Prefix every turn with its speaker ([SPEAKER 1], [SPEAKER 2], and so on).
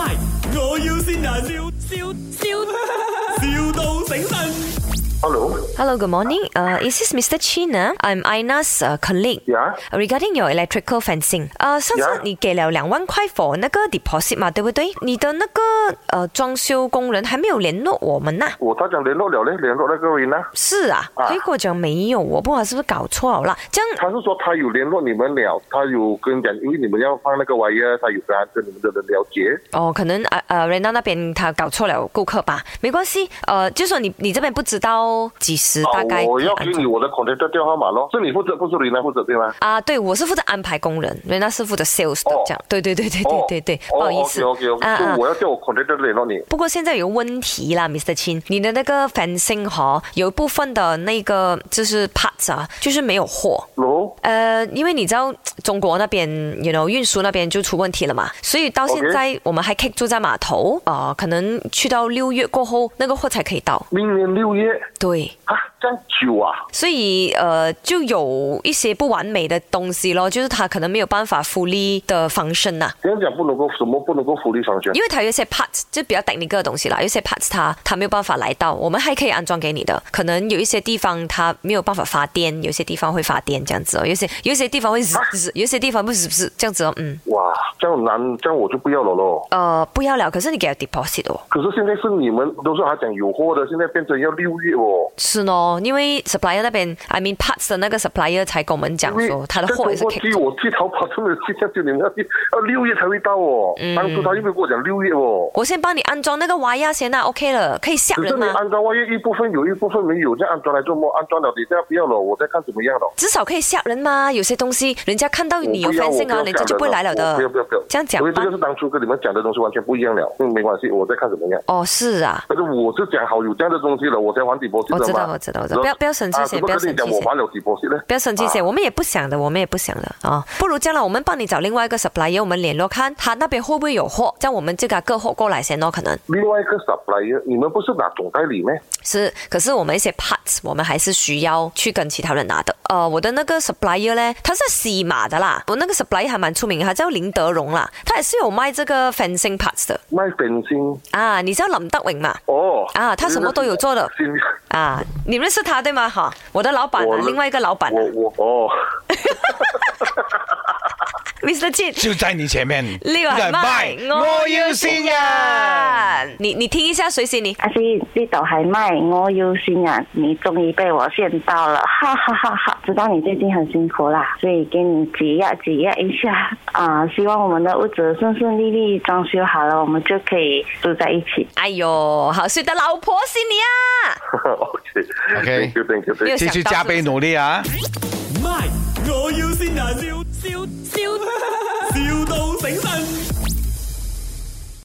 [SPEAKER 1] 我要先人，笑笑笑，,笑到醒神。
[SPEAKER 2] Hello.
[SPEAKER 3] Hello, good morning. Uh, is this Mr. Chin? ah? I'm Ina's uh, colleague.
[SPEAKER 2] Yeah.
[SPEAKER 3] Regarding your electrical fencing，呃，上次
[SPEAKER 2] Yeah.
[SPEAKER 3] 你给了两万块 for 那个 deposit 嘛，对不对？你的那个呃装修工人还没有联络我们呐、
[SPEAKER 2] 我他讲联络了嘞，联络那个人呢、
[SPEAKER 3] 是啊，
[SPEAKER 2] 啊
[SPEAKER 3] 结果讲没有，我不知道是不是搞错了。这样
[SPEAKER 2] 他是说他有联络你们了，他有跟你讲，因为你们要放那个玩意儿，他有跟他跟你们的人了解。
[SPEAKER 3] 哦，可能呃呃 r e n a 那边他搞错了顾客吧，没关系。呃，就说你你这边不知道几时大概、
[SPEAKER 2] 哦我要给你我的 contact 电话号码咯，是你负责，不是你来负责对吗？
[SPEAKER 3] 啊，对，我是负责安排工人，人家是负责 sales 的
[SPEAKER 2] 哦，
[SPEAKER 3] 这样。对对对对对哎对对，不好意思，
[SPEAKER 2] o k OK，
[SPEAKER 3] 啊啊
[SPEAKER 2] 我要叫我 contact 联络你。
[SPEAKER 3] 不过现在有问题啦，Mr. Chin，你的那个 fencing 哈，有一部分的那个就是 parts 啊，就是没有货。
[SPEAKER 2] 喽，
[SPEAKER 3] 呃，因为你知道中国那边，you know，运输那边就出问题了嘛，所以到现
[SPEAKER 2] OK
[SPEAKER 3] 在我们还 keep 住在码头，啊，可能去到六月过后，那个货才可以到。
[SPEAKER 2] 明年六月
[SPEAKER 3] 对，
[SPEAKER 2] 啊，这样久啊？
[SPEAKER 3] 所以呃，就有一些不完美的东西咯，就是它可能没有办法福利的啊防身呐、
[SPEAKER 2] 这样讲不能够什么不能够福利双全
[SPEAKER 3] 因为它有一些 parts 就比较 technical 的东西啦，有一些 parts 它它没有办法来到，我们还可以安装给你的。可能有一些地方它没有办法发电，有些地方会发电这样子哦，有些有些地方会
[SPEAKER 2] 啊
[SPEAKER 3] 滋滋，有些地方不是不是这样子哦，嗯，
[SPEAKER 2] 哇，这样难，这样我就不要了咯。
[SPEAKER 3] 呃，不要了，可是你给了 deposit 哦。
[SPEAKER 2] 可是现在是你们都是他讲有货的，现在变成要六月哦。
[SPEAKER 3] 是喏，因为 supplier 那边，I mean parts 的那个 supplier 才跟我们讲
[SPEAKER 2] 因为
[SPEAKER 3] 说，他的货也是
[SPEAKER 2] 我
[SPEAKER 3] keep
[SPEAKER 2] 寄我寄淘宝真的寄下去，你们要要呃六月才会到哦。
[SPEAKER 3] 嗯
[SPEAKER 2] 当初他又没有跟我讲六月哦。
[SPEAKER 3] 我先帮你安装那个娃呀先啦、o k 了，可以吓
[SPEAKER 2] 可是
[SPEAKER 3] 人
[SPEAKER 2] 你
[SPEAKER 3] 吗？
[SPEAKER 2] 安装万一一部分有一部分没有，这样安装来做么？安装了，你现在不要了，我再看怎么样了。
[SPEAKER 3] 至少可以吓人嘛，有些东西人家看到你有
[SPEAKER 2] 我不要
[SPEAKER 3] fencing 啊，
[SPEAKER 2] 我不要
[SPEAKER 3] 人家就不会来了
[SPEAKER 2] 我
[SPEAKER 3] 的。
[SPEAKER 2] 不要不要不要，
[SPEAKER 3] 这样讲
[SPEAKER 2] 因为
[SPEAKER 3] 吧
[SPEAKER 2] 这个。是当初跟你们讲的东西完全不一样了。嗯，没关系，我再看怎么样。
[SPEAKER 3] 哦，是啊，
[SPEAKER 2] 但是我是讲好有这样的东西了，我才还底波息的嘛。
[SPEAKER 3] 我知道我知道我知道不要不要生气
[SPEAKER 2] 啊怎
[SPEAKER 3] 先
[SPEAKER 2] 么
[SPEAKER 3] 不要
[SPEAKER 2] 跟你
[SPEAKER 3] 生气
[SPEAKER 2] 讲我
[SPEAKER 3] 先
[SPEAKER 2] 还了底波息呢？
[SPEAKER 3] 不要生气
[SPEAKER 2] 啊
[SPEAKER 3] 先，我们也不想的，我们也不想的啊。不如这样了，我们帮你找另外一个 supplier，我们联络看他那边会不会有货，这样我们就给他各货过来先咯。可能
[SPEAKER 2] 另外一个 supplier，你们不是拿总代理咩？
[SPEAKER 3] 是，可是我们一些 parts 我们还是需要去跟其他人拿的。呃，我的那个 supplier 呢，他是西马的啦，我那个 supplier 还蛮出名，他叫林德荣啦，他也是有卖这个 fencing parts 的
[SPEAKER 2] 卖本金
[SPEAKER 3] 啊。你知道林德荣嘛？
[SPEAKER 2] 哦。
[SPEAKER 3] 啊，他什么都有做的
[SPEAKER 2] 新
[SPEAKER 3] 啊。你认识他对吗？哈，我的老板、
[SPEAKER 2] 我
[SPEAKER 3] 啊，
[SPEAKER 2] 认
[SPEAKER 3] 另外一个老板、啊、
[SPEAKER 2] 我我哦，
[SPEAKER 3] ，Mr. Jin。
[SPEAKER 4] 就在你前面。呢
[SPEAKER 3] 呢個係咪
[SPEAKER 4] 我要先人。
[SPEAKER 3] 你你听一下，谁是你？
[SPEAKER 5] 阿西，呢度系麦，我要先人，你终于被我骗到了， 哈哈哈哈！知道你最近很辛苦啦，所以给你解压解压一下啊、希望我们的屋子顺顺利利装修好了，我们就可以住在一起。
[SPEAKER 3] 哎呦，好睡的老婆是你啊！
[SPEAKER 2] OK thank
[SPEAKER 4] OK 啊
[SPEAKER 2] you thank you thank you。
[SPEAKER 3] 没有
[SPEAKER 4] 继续加倍努力啊！
[SPEAKER 1] My，我要先人，笑笑